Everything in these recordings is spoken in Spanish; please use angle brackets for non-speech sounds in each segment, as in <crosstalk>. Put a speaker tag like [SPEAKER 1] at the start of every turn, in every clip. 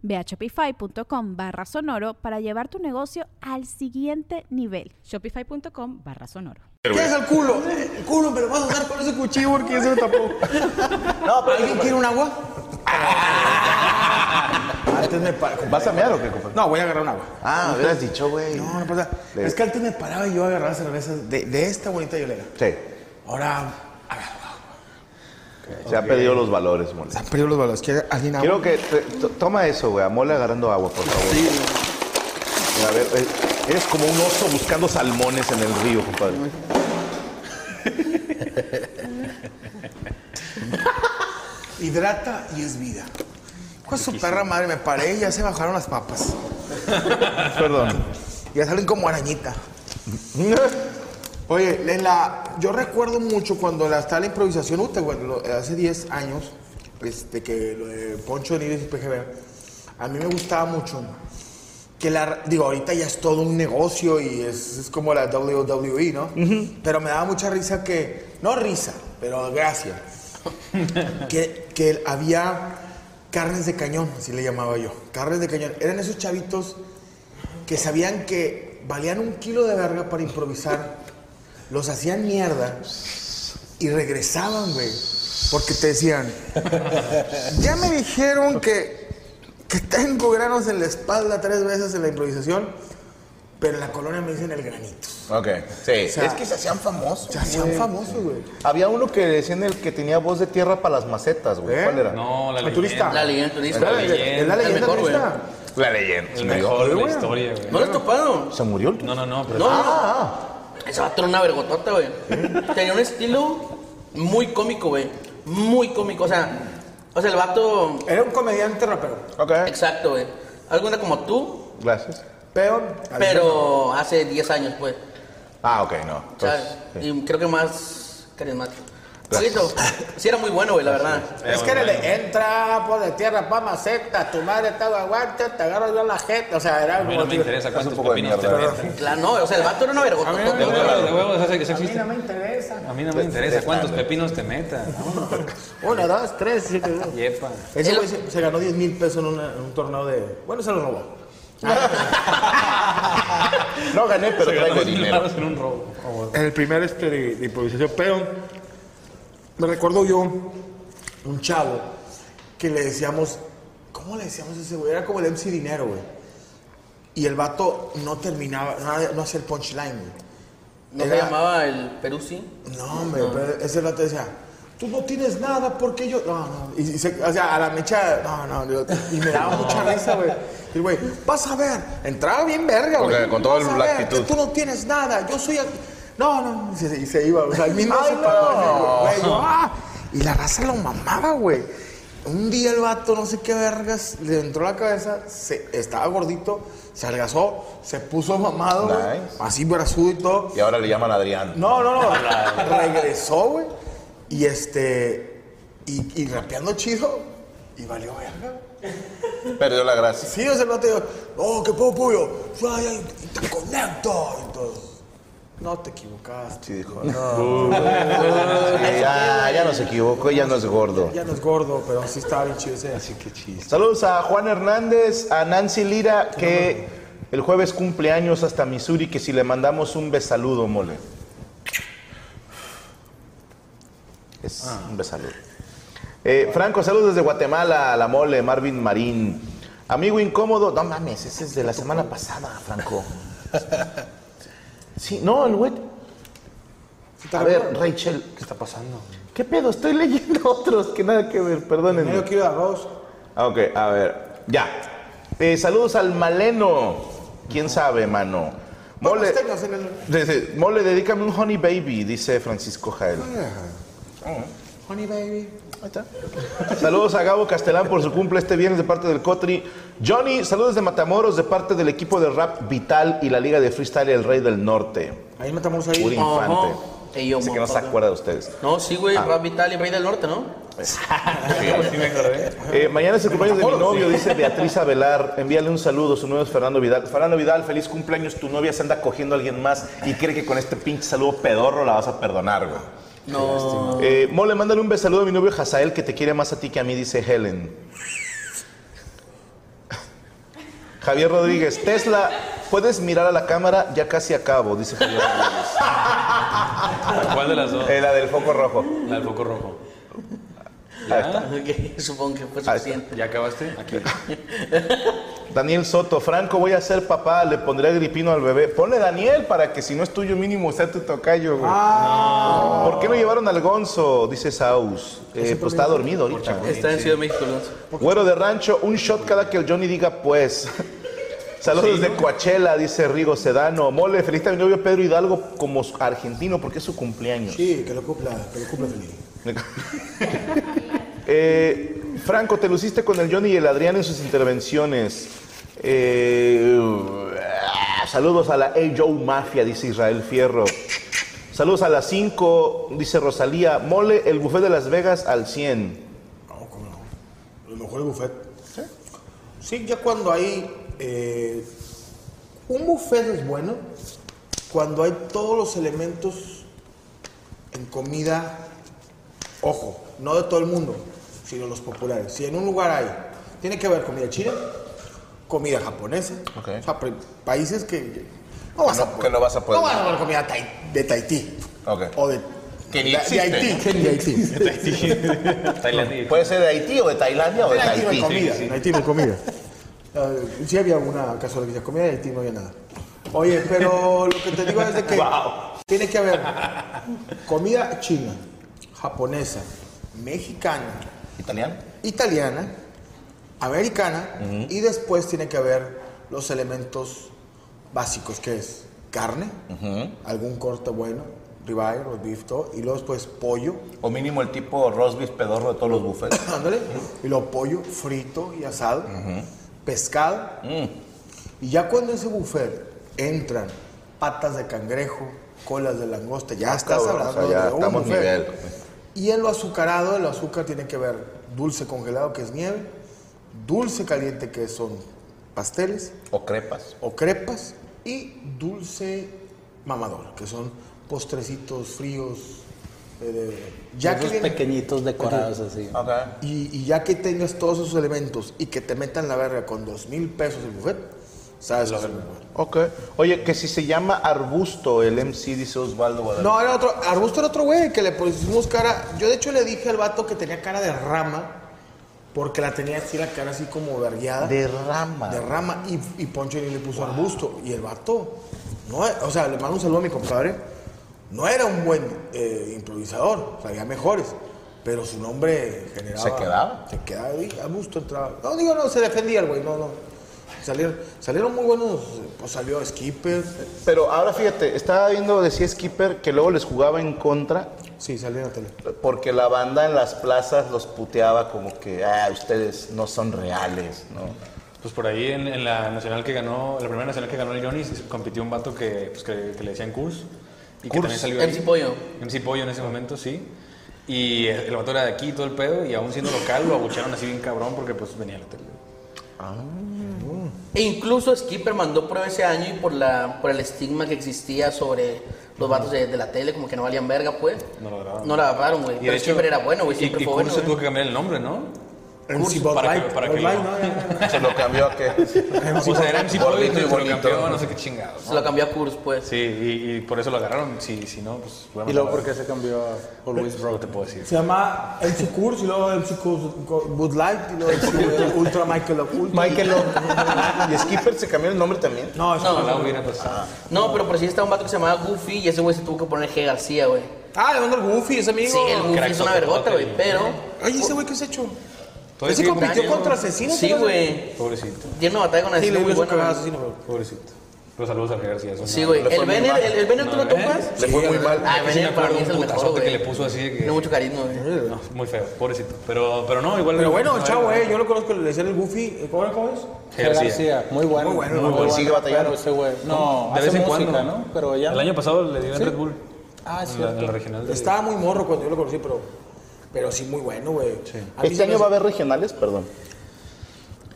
[SPEAKER 1] Ve a shopify.com barra sonoro para llevar tu negocio al siguiente nivel.
[SPEAKER 2] Shopify.com barra sonoro.
[SPEAKER 3] ¿Qué es el culo? El culo, pero vas a usar con ese cuchillo porque eso tapó. No, pero ¿alguien quiere un agua? Ah. Antes me paraba.
[SPEAKER 4] ¿Vas a mear o qué, compadre?
[SPEAKER 3] No, voy a agarrar un agua.
[SPEAKER 4] Ah, hubieras dicho, güey.
[SPEAKER 3] No, no pasa.
[SPEAKER 4] De-
[SPEAKER 3] Es que antes me paraba y yo agarraba cervezas de, de esta bonita yolera.
[SPEAKER 4] Sí.
[SPEAKER 3] Ahora
[SPEAKER 4] Se han perdido los valores, mole.
[SPEAKER 3] se han perdido los valores. ¿Quiere alguien agua?
[SPEAKER 4] Quiero que. te- to- toma eso, güey. A mole agarrando agua, por favor. Sí. A ver, eh, eres como un oso buscando salmones en el río, compadre.
[SPEAKER 3] Hidrata y es vida. Con su perra madre me paré y ya se bajaron las papas.
[SPEAKER 4] Perdón.
[SPEAKER 3] Ya salen como arañita. Oye, en la- yo recuerdo mucho cuando la, está la improvisación UTE, bueno, lo- hace 10 años, este, que lo de Poncho de Nigris y PGB, a mí me gustaba mucho. Que la, digo, ahorita ya es todo un negocio y es, es como la WWE, ¿no? Pero me daba mucha risa que, no risa, pero gracia, que, que había carnes de cañón, así le llamaba yo, carnes de cañón. Eran esos chavitos que sabían que valían un kilo de verga para improvisar, los hacían mierda y regresaban, güey. Porque te decían, ya me dijeron que, que tengo granos en la espalda tres veces en la improvisación, pero en la colonia me dicen el granito.
[SPEAKER 4] Ok, sí.
[SPEAKER 3] sea,
[SPEAKER 4] es que se hacían famosos.
[SPEAKER 3] Se hacían famosos, güey.
[SPEAKER 4] Había uno que decía en el que tenía voz de tierra para las macetas, güey.
[SPEAKER 3] ¿Eh?
[SPEAKER 4] ¿Cuál era?
[SPEAKER 5] No, la
[SPEAKER 3] El turista.
[SPEAKER 6] La leyenda turista.
[SPEAKER 3] La leyenda. Es la leyenda
[SPEAKER 6] mejor, güey.
[SPEAKER 3] turista.
[SPEAKER 4] La leyenda. Se
[SPEAKER 5] El
[SPEAKER 4] murió.
[SPEAKER 5] mejor de la
[SPEAKER 3] güey.
[SPEAKER 5] historia, güey.
[SPEAKER 6] ¿No lo has topado?
[SPEAKER 4] ¿Se murió el tu-
[SPEAKER 5] No, no, no, pero
[SPEAKER 6] No, no, no.
[SPEAKER 4] Ah,
[SPEAKER 6] Ese vato era una vergotota, güey. Tenía un estilo muy cómico, güey. Muy cómico. O sea, o sea, el vato.
[SPEAKER 3] Era un comediante rapero.
[SPEAKER 4] ok.
[SPEAKER 6] Exacto, güey. Alguna como tú,
[SPEAKER 4] Gracias.
[SPEAKER 3] Peor.
[SPEAKER 6] pero hace 10 años, pues.
[SPEAKER 4] Ah, ok, no.
[SPEAKER 6] O sea,
[SPEAKER 4] Entonces, Pues, sí.
[SPEAKER 6] y creo que más carismático.
[SPEAKER 4] Gracias.
[SPEAKER 6] Poquito. Sí, era muy bueno, güey, la verdad.
[SPEAKER 3] Es que era el de, entra por de tierra pa' maceta, tu madre te aguante, te agarro yo la gente. O sea, era
[SPEAKER 5] a mí no
[SPEAKER 3] como-
[SPEAKER 5] me interesa cuántos
[SPEAKER 4] poco de
[SPEAKER 5] pepinos te
[SPEAKER 4] mierda.
[SPEAKER 5] metes.
[SPEAKER 6] Claro, no, o sea, el vato era una vergotota.
[SPEAKER 5] De huevos, de huevos, ese que se
[SPEAKER 3] A mí
[SPEAKER 5] existe.
[SPEAKER 3] no me interesa.
[SPEAKER 5] A mí no me interesa cuántos
[SPEAKER 4] estándar.
[SPEAKER 5] pepinos te metan. ¿no?
[SPEAKER 3] Una, dos, tres.
[SPEAKER 5] <laughs>
[SPEAKER 3] siete, ocho.
[SPEAKER 5] Yepa.
[SPEAKER 3] Ese güey se, se ganó 10 mil pesos en, una- en un torneo de. Bueno, se lo robó.
[SPEAKER 4] No gané, pero traigo
[SPEAKER 5] Ganas mil
[SPEAKER 4] dinero.
[SPEAKER 5] varos en un robo.
[SPEAKER 3] En el primer este de, de improvisación, pero me recuerdo yo un chavo que le decíamos, ¿cómo le decíamos a ese güey? Era como el MC Dinero, güey. Y el vato no terminaba, no, no hacía el punchline, güey.
[SPEAKER 6] No se
[SPEAKER 3] Era-
[SPEAKER 6] llamaba el Perusi.
[SPEAKER 3] No, hombre, pero ese vato decía, tú no tienes nada porque yo. No, no. Y, y se- o sea, a la mecha, no, no. digo, Y me
[SPEAKER 4] <laughs>
[SPEAKER 3] daba mucha risa, güey. Y el güey, vas a ver. Entraba bien verga, güey.
[SPEAKER 4] Porque con toda
[SPEAKER 3] "Vas a
[SPEAKER 4] la
[SPEAKER 3] ver
[SPEAKER 4] actitud.
[SPEAKER 3] que tú no tienes nada, yo soy. aquí". No, no. Y se, y se iba, o sea, el mismo
[SPEAKER 4] <laughs> Ay,
[SPEAKER 3] se
[SPEAKER 4] no.
[SPEAKER 3] paró, así, güey, yo, "Ah". Y la raza lo mamaba, güey. Un día el vato, no sé qué vergas, le entró la cabeza, se, estaba gordito, se adelgazó, se puso mamado, güey,
[SPEAKER 4] Nice.
[SPEAKER 3] así brazudo y todo.
[SPEAKER 4] Y ahora le llaman Adrián.
[SPEAKER 3] No, no, no. Regresó, güey. Y este. Y, y rapeando chido. Y valió verga.
[SPEAKER 4] Perdió la gracia.
[SPEAKER 3] Sí, o sea, el vato dijo, oh, qué poco puyo. Ay, ay, y te conecto. Entonces, no te equivocaste.
[SPEAKER 4] Sí, dijo. No. Sí, ya, ya nos equivocó, ya no es gordo.
[SPEAKER 3] Ya no es gordo, pero sí estaba bien chido ese. Así que chido.
[SPEAKER 4] Saludos a Juan Hernández, a Nancy Lira, que el jueves cumpleaños hasta Missouri, que si le mandamos un besaludo, mole. Es un besaludo. Eh, Franco, saludos desde Guatemala, a la mole, Marvin Marín. Amigo incómodo, no mames, ese es de la semana <laughs> pasada, Franco. Sí, no, el güey. A ver, Rachel,
[SPEAKER 5] ¿Qué está pasando?
[SPEAKER 4] ¿qué pedo? Estoy leyendo <laughs> otros que nada que ver, perdónenme.
[SPEAKER 3] Medio kilo de arroz.
[SPEAKER 4] Ah, Ok, a ver, ya. Eh, saludos al Maleno. ¿Quién sabe, mano? Mole,
[SPEAKER 3] Vamos, tengas en el-
[SPEAKER 4] Dice, Mole, dedícame un honey baby, dice Francisco Jael.
[SPEAKER 3] Honey baby.
[SPEAKER 4] Saludos a Gabo Castelán por su cumple este viernes de parte del Cotri. Johnny, saludos de Matamoros de parte del equipo de rap Vital y la Liga de Freestyle El Rey del Norte.
[SPEAKER 3] Ahí matamos ahí.
[SPEAKER 4] Uri
[SPEAKER 6] Ajá.
[SPEAKER 4] Infante.
[SPEAKER 6] Ey, yo,
[SPEAKER 4] Dice que no se
[SPEAKER 6] motherfucker.
[SPEAKER 4] acuerda de ustedes.
[SPEAKER 6] No, sí, güey,
[SPEAKER 4] Ah.
[SPEAKER 6] Rap Vital y Rey del Norte, ¿no?
[SPEAKER 5] Sí, me acordé.
[SPEAKER 4] Eh, mañana es el cumpleaños de mi novio, dice Beatriz Avelar. Envíale un saludo, su novio es Fernando Vidal. Fernando Vidal, feliz cumpleaños. Tu novia se anda cogiendo a alguien más y cree que con este pinche saludo pedorro la vas a perdonar, güey.
[SPEAKER 6] No. <laughs>
[SPEAKER 4] Eh, Mole, mándale un besaludo a mi novio Hazael, que te quiere más a ti que a mí, dice Helen. <laughs> Javier Rodríguez, Tesla, puedes mirar a la cámara, ya casi acabo, dice Javier Rodríguez.
[SPEAKER 5] ¿A cuál de las dos?
[SPEAKER 4] Eh, la del foco rojo.
[SPEAKER 5] La del foco rojo.
[SPEAKER 4] Ahí
[SPEAKER 5] ¿Ya?
[SPEAKER 6] Ok, Supongo que
[SPEAKER 4] Ahí
[SPEAKER 6] fue
[SPEAKER 4] está.
[SPEAKER 6] suficiente.
[SPEAKER 5] ¿Ya acabaste? Aquí.
[SPEAKER 4] Daniel Soto, Franco, voy a ser papá, le pondré gripino al bebé. Ponle Daniel para que si no es tuyo mínimo sea tu tocayo, güey. ¿Por qué no llevaron al Gonzo? Dice Saus. Eh, pues está dormido ahorita.
[SPEAKER 6] Está en Ciudad de México, Alonso.
[SPEAKER 4] Güero de rancho, un shot cada que el Johnny diga pues. <laughs> Saludos de Coachella, dice Rigo Sedano. Mole, feliz a mi novio Pedro Hidalgo como su- argentino porque es su cumpleaños.
[SPEAKER 3] Sí, que lo cumpla, que lo cumpla feliz.
[SPEAKER 4] Eh, Franco, te luciste con el Johnny y el Adrián en sus intervenciones. Eh, uh, saludos a la A. Joe Mafia, dice Israel Fierro. Saludos a las 5, dice Rosalía. Mole, el buffet de Las Vegas al 100.
[SPEAKER 3] No, cómo no. Lo mejor es buffet. Sí. ya cuando hay. eh, un buffet es bueno cuando hay todos los elementos en comida, ojo, no de todo el mundo, sino los populares. Si en un lugar hay, tiene que haber comida china, comida japonesa,
[SPEAKER 4] Ok.
[SPEAKER 3] o sea, pre- países que. No vas
[SPEAKER 4] No,
[SPEAKER 3] a poder.
[SPEAKER 4] que no vas a poder.
[SPEAKER 3] No vas a poder comida tai- de Tahití.
[SPEAKER 4] Ok.
[SPEAKER 3] O de.
[SPEAKER 4] Que ni
[SPEAKER 3] de- de
[SPEAKER 4] existe,
[SPEAKER 3] Haití.
[SPEAKER 4] ¿no?
[SPEAKER 3] Que ni Haití.
[SPEAKER 5] Tailandia.
[SPEAKER 4] Puede ser de Haití o de Tailandia o de
[SPEAKER 3] En Haití no hay
[SPEAKER 4] Tahití.
[SPEAKER 3] comida. En Haití no hay comida. <laughs> Eh, sí había una cazuela que decía comida, en Haití no había nada. Oye, pero lo que te digo es de que tiene que haber comida china, japonesa, mexicana,
[SPEAKER 4] ¿Italiano?
[SPEAKER 3] italiana, americana y después tiene que haber los elementos básicos que es carne, algún corte bueno, ribeye, roast beef, todo, y luego después pollo,
[SPEAKER 4] O mínimo el tipo Rosbif pedorro de todos los buffets.
[SPEAKER 3] Ándale. Y lo pollo frito y asado, pescado.
[SPEAKER 4] Mm.
[SPEAKER 3] Y ya cuando ese buffet entran patas de cangrejo, colas de langosta, ya estás
[SPEAKER 4] Ah, cabrón,
[SPEAKER 3] hablando
[SPEAKER 4] o sea, ya
[SPEAKER 3] de un
[SPEAKER 4] estamos
[SPEAKER 3] buffet.
[SPEAKER 4] nivel.
[SPEAKER 3] Y en lo azucarado, el azúcar tiene que ver dulce congelado, que es nieve, dulce caliente, que son pasteles
[SPEAKER 4] O crepas.
[SPEAKER 3] o crepas, y dulce mamador, que son postrecitos fríos. eh, de- ya que
[SPEAKER 7] Esos
[SPEAKER 3] viene-
[SPEAKER 7] pequeñitos decorados así.
[SPEAKER 3] y, y ya que tengas todos esos elementos y que te metan la verga con dos mil pesos el buffet, sabes que es un buffet.
[SPEAKER 4] Ok. Oye, que si se llama arbusto, el MC dice Osvaldo Guadalupe.
[SPEAKER 3] No, era otro. Arbusto era otro güey que le pusimos cara. Yo de hecho le dije al vato que tenía cara de rama porque la tenía así, la cara así como vergueada.
[SPEAKER 4] De rama.
[SPEAKER 3] de rama y, y Poncho Nigri le puso arbusto y el vato no e- o sea le mando un saludo a mi compadre no era un buen eh, improvisador o sea, había mejores pero su nombre generaba
[SPEAKER 4] ¿Se quedaba?
[SPEAKER 3] se quedaba ahí arbusto entraba no digo no se defendía el güey no no salieron salieron muy buenos eh, pues salió Skipper
[SPEAKER 4] Pero ahora fíjate, estaba viendo, decía Skipper, que luego les jugaba en contra
[SPEAKER 3] sí salieron a tele
[SPEAKER 4] porque la banda en las plazas los puteaba como que, ah, ustedes no son reales, ¿no?
[SPEAKER 5] Pues por ahí en, en la nacional que ganó, la primera nacional que ganó el Johnny, se- compitió un vato que, pues, que, que le decían Kurs. Y que
[SPEAKER 4] Kurs,
[SPEAKER 5] también salió
[SPEAKER 6] MC Pollo.
[SPEAKER 5] MC Pollo en ese momento, sí. Y el el vato era de aquí y todo el pedo, y aún siendo local lo abucharon así bien cabrón porque pues venía al hotel.
[SPEAKER 6] E incluso Skipper mandó prueba ese año y por, la, por el estigma que existía sobre los vatos de, de la tele, como que no valían verga, pues.
[SPEAKER 5] No lo grabaron.
[SPEAKER 6] No la grabaron, güey.
[SPEAKER 5] Y
[SPEAKER 6] Pero Skipper era bueno, güey.
[SPEAKER 5] y-
[SPEAKER 6] Siempre
[SPEAKER 5] y
[SPEAKER 6] fue
[SPEAKER 5] Kurs
[SPEAKER 6] bueno.
[SPEAKER 5] se tuvo
[SPEAKER 6] güey.
[SPEAKER 5] que cambiar el nombre, ¿no?
[SPEAKER 3] MC Bud
[SPEAKER 5] para que-
[SPEAKER 3] Light,
[SPEAKER 5] para que
[SPEAKER 3] Bud Light,
[SPEAKER 5] lo-
[SPEAKER 3] no, ya, ya.
[SPEAKER 4] Se lo cambió a qué.
[SPEAKER 5] O sea, era MC Pollo y
[SPEAKER 4] Gordito y
[SPEAKER 5] se lo
[SPEAKER 4] bonito.
[SPEAKER 5] cambió, no sé qué chingados.
[SPEAKER 6] Se lo cambió a Kurs, pues.
[SPEAKER 5] Sí, y, y por eso lo agarraron. Si, si no, pues.
[SPEAKER 7] ¿Y luego por qué se cambió a Always
[SPEAKER 5] No
[SPEAKER 7] Road?
[SPEAKER 5] te puedo decir.
[SPEAKER 3] se llama MC Curse y luego MC Curse Bud Light y luego MC <laughs> Ultra Michael Ultra
[SPEAKER 4] Michael O- ¿Y Skipper se cambió el nombre también?
[SPEAKER 3] no, eso
[SPEAKER 6] No,
[SPEAKER 5] Ojalá hubiera pues, pasado.
[SPEAKER 6] No, pero por si sí estaba un vato que se llamaba Goofy y ese güey se tuvo que poner G García, güey.
[SPEAKER 3] Ah, le mando el Goofy, ese amigo.
[SPEAKER 6] Sí, el Goofy es una
[SPEAKER 5] Crack,
[SPEAKER 6] vergota, güey,
[SPEAKER 5] güey.
[SPEAKER 6] pero...
[SPEAKER 3] Ay, ese güey, ¿qué has hecho?
[SPEAKER 5] Todavía
[SPEAKER 3] Ese
[SPEAKER 5] sigue
[SPEAKER 3] compitió
[SPEAKER 5] compitiendo.
[SPEAKER 3] contra asesinos.
[SPEAKER 6] Sí,
[SPEAKER 3] ¿no?
[SPEAKER 6] güey.
[SPEAKER 5] Pobrecito,
[SPEAKER 6] Tiene una batalla con
[SPEAKER 7] Ah,
[SPEAKER 3] Sí, le
[SPEAKER 6] asesino
[SPEAKER 3] dio
[SPEAKER 6] muy
[SPEAKER 3] su
[SPEAKER 6] buena. güey.
[SPEAKER 3] cagada asesino, güey.
[SPEAKER 5] pobrecito. Los saludos a Javier García. son
[SPEAKER 6] Sí,
[SPEAKER 5] una-
[SPEAKER 6] güey.
[SPEAKER 4] Le fue
[SPEAKER 6] El
[SPEAKER 4] muy
[SPEAKER 6] Vener,
[SPEAKER 4] mal.
[SPEAKER 6] el, el Vener, ¿tú lo
[SPEAKER 5] No,
[SPEAKER 6] topas?
[SPEAKER 4] Le fue muy mal.
[SPEAKER 6] Ah, el
[SPEAKER 5] Sí, me
[SPEAKER 6] Vener para
[SPEAKER 5] acuerdo
[SPEAKER 6] mí es
[SPEAKER 5] un
[SPEAKER 6] el mejor,
[SPEAKER 5] putazote que
[SPEAKER 6] güey.
[SPEAKER 5] le puso así de que-
[SPEAKER 6] Tiene mucho eh. carisma,
[SPEAKER 5] <laughs>
[SPEAKER 6] güey.
[SPEAKER 5] No, es muy feo, pobrecito. Pero, pero no, igual.
[SPEAKER 3] Pero bueno,
[SPEAKER 5] no,
[SPEAKER 3] el chavo,
[SPEAKER 5] era-
[SPEAKER 3] eh, yo lo conozco, le decían el Goofy. ¿Cómo era, cómo es?
[SPEAKER 5] Javier García.
[SPEAKER 7] García, muy bueno.
[SPEAKER 3] Muy bueno, muy
[SPEAKER 4] bueno. Sigue batallando.
[SPEAKER 7] pero ese güey. No,
[SPEAKER 5] De vez
[SPEAKER 7] hace
[SPEAKER 5] en
[SPEAKER 7] música,
[SPEAKER 5] cuando.
[SPEAKER 7] ¿no? Pero ya.
[SPEAKER 5] El año pasado le dio en
[SPEAKER 7] Sí.
[SPEAKER 5] Red Bull.
[SPEAKER 7] Ah,
[SPEAKER 5] en
[SPEAKER 7] sí.
[SPEAKER 5] la, en la regional. de-
[SPEAKER 3] Estaba muy morro cuando yo lo conocí, pero, pero sí, muy bueno, güey. A mí
[SPEAKER 4] ¿Este
[SPEAKER 3] se me
[SPEAKER 4] año va a
[SPEAKER 3] hace-
[SPEAKER 4] haber regionales? Perdón.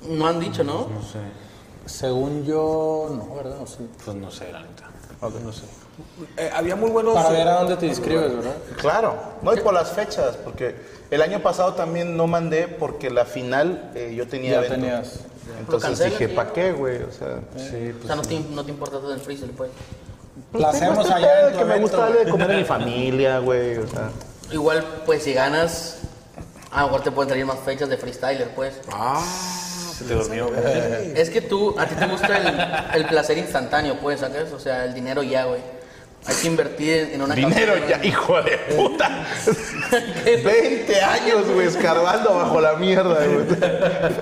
[SPEAKER 6] No han dicho, ¿no?
[SPEAKER 5] No sé.
[SPEAKER 7] Según yo, no, ¿verdad? No sé.
[SPEAKER 5] Pues no sé, la neta. No sé.
[SPEAKER 3] eh, había muy buenos.
[SPEAKER 7] Para ver a dónde te inscribes, ¿verdad?
[SPEAKER 4] Claro, no y por las fechas, porque el año pasado también no mandé porque la final eh, yo tenía
[SPEAKER 7] Ya
[SPEAKER 4] evento.
[SPEAKER 7] tenías.
[SPEAKER 6] Lo
[SPEAKER 4] Entonces
[SPEAKER 6] cancelas
[SPEAKER 4] dije,
[SPEAKER 6] y ya.
[SPEAKER 4] ¿para qué, güey? O sea, sí.
[SPEAKER 6] O sea, no te, no te importa todo el freezer, pues.
[SPEAKER 4] Pues tengo
[SPEAKER 7] Placemos
[SPEAKER 4] este
[SPEAKER 7] allá.
[SPEAKER 4] pedo
[SPEAKER 7] en tu
[SPEAKER 4] que me
[SPEAKER 7] evento,
[SPEAKER 4] gusta darle
[SPEAKER 7] güey.
[SPEAKER 4] de comer a mi familia, güey. O sea,
[SPEAKER 6] Igual, pues, si ganas, a lo mejor te pueden traer más fechas de freestyler, pues.
[SPEAKER 5] Se te durmió, güey.
[SPEAKER 6] Es que tú, a ti te gusta el, el placer instantáneo, pues, ¿sabes? O sea, el dinero ya, güey. Hay que invertir en- en una
[SPEAKER 4] Dinero
[SPEAKER 6] campaña.
[SPEAKER 4] ya, hijo de puta.
[SPEAKER 6] <laughs>
[SPEAKER 4] 20 años, güey, escarbando bajo la mierda, güey.